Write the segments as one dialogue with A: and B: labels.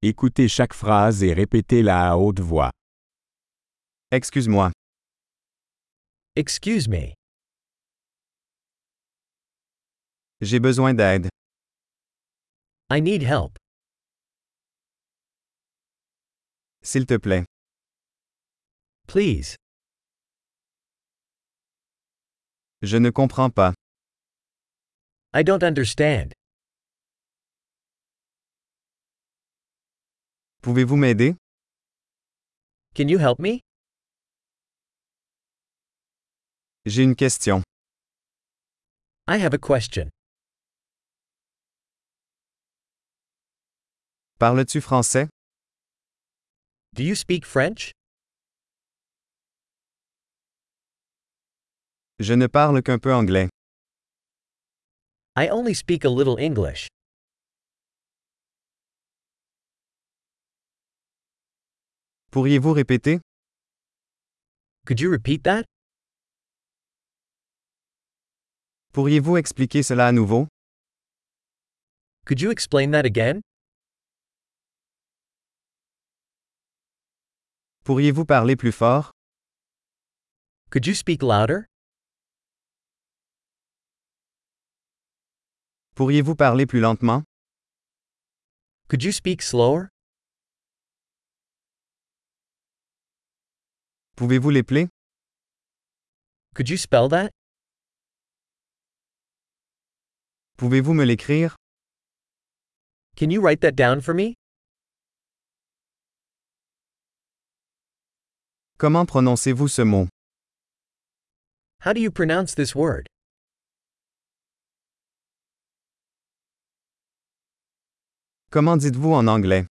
A: Écoutez chaque phrase et répétez-la à haute voix. Excuse-moi.
B: Excuse me.
A: J'ai besoin d'aide.
B: I need help.
A: S'il te plaît.
B: Please.
A: Je ne comprends pas.
B: I don't understand.
A: Pouvez-vous m'aider?
B: Can you help me?
A: J'ai une question.
B: I have a question.
A: Parles-tu français?
B: Do you speak French?
A: Je ne parle qu'un peu anglais.
B: I only speak a little English.
A: Pourriez-vous répéter?
B: Could you repeat that?
A: Pourriez-vous expliquer cela à nouveau?
B: Could you explain that again?
A: Pourriez-vous parler plus fort?
B: Could you speak louder?
A: Pourriez-vous parler plus lentement?
B: Could you speak slower?
A: Pouvez-vous l'épeler?
B: Could you spell that?
A: Pouvez-vous me l'écrire?
B: Can you write that down for me?
A: Comment prononcez-vous ce mot?
B: How do you pronounce this word?
A: Comment dites-vous en anglais?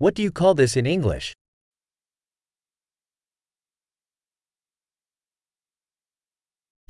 B: What do you call this in English?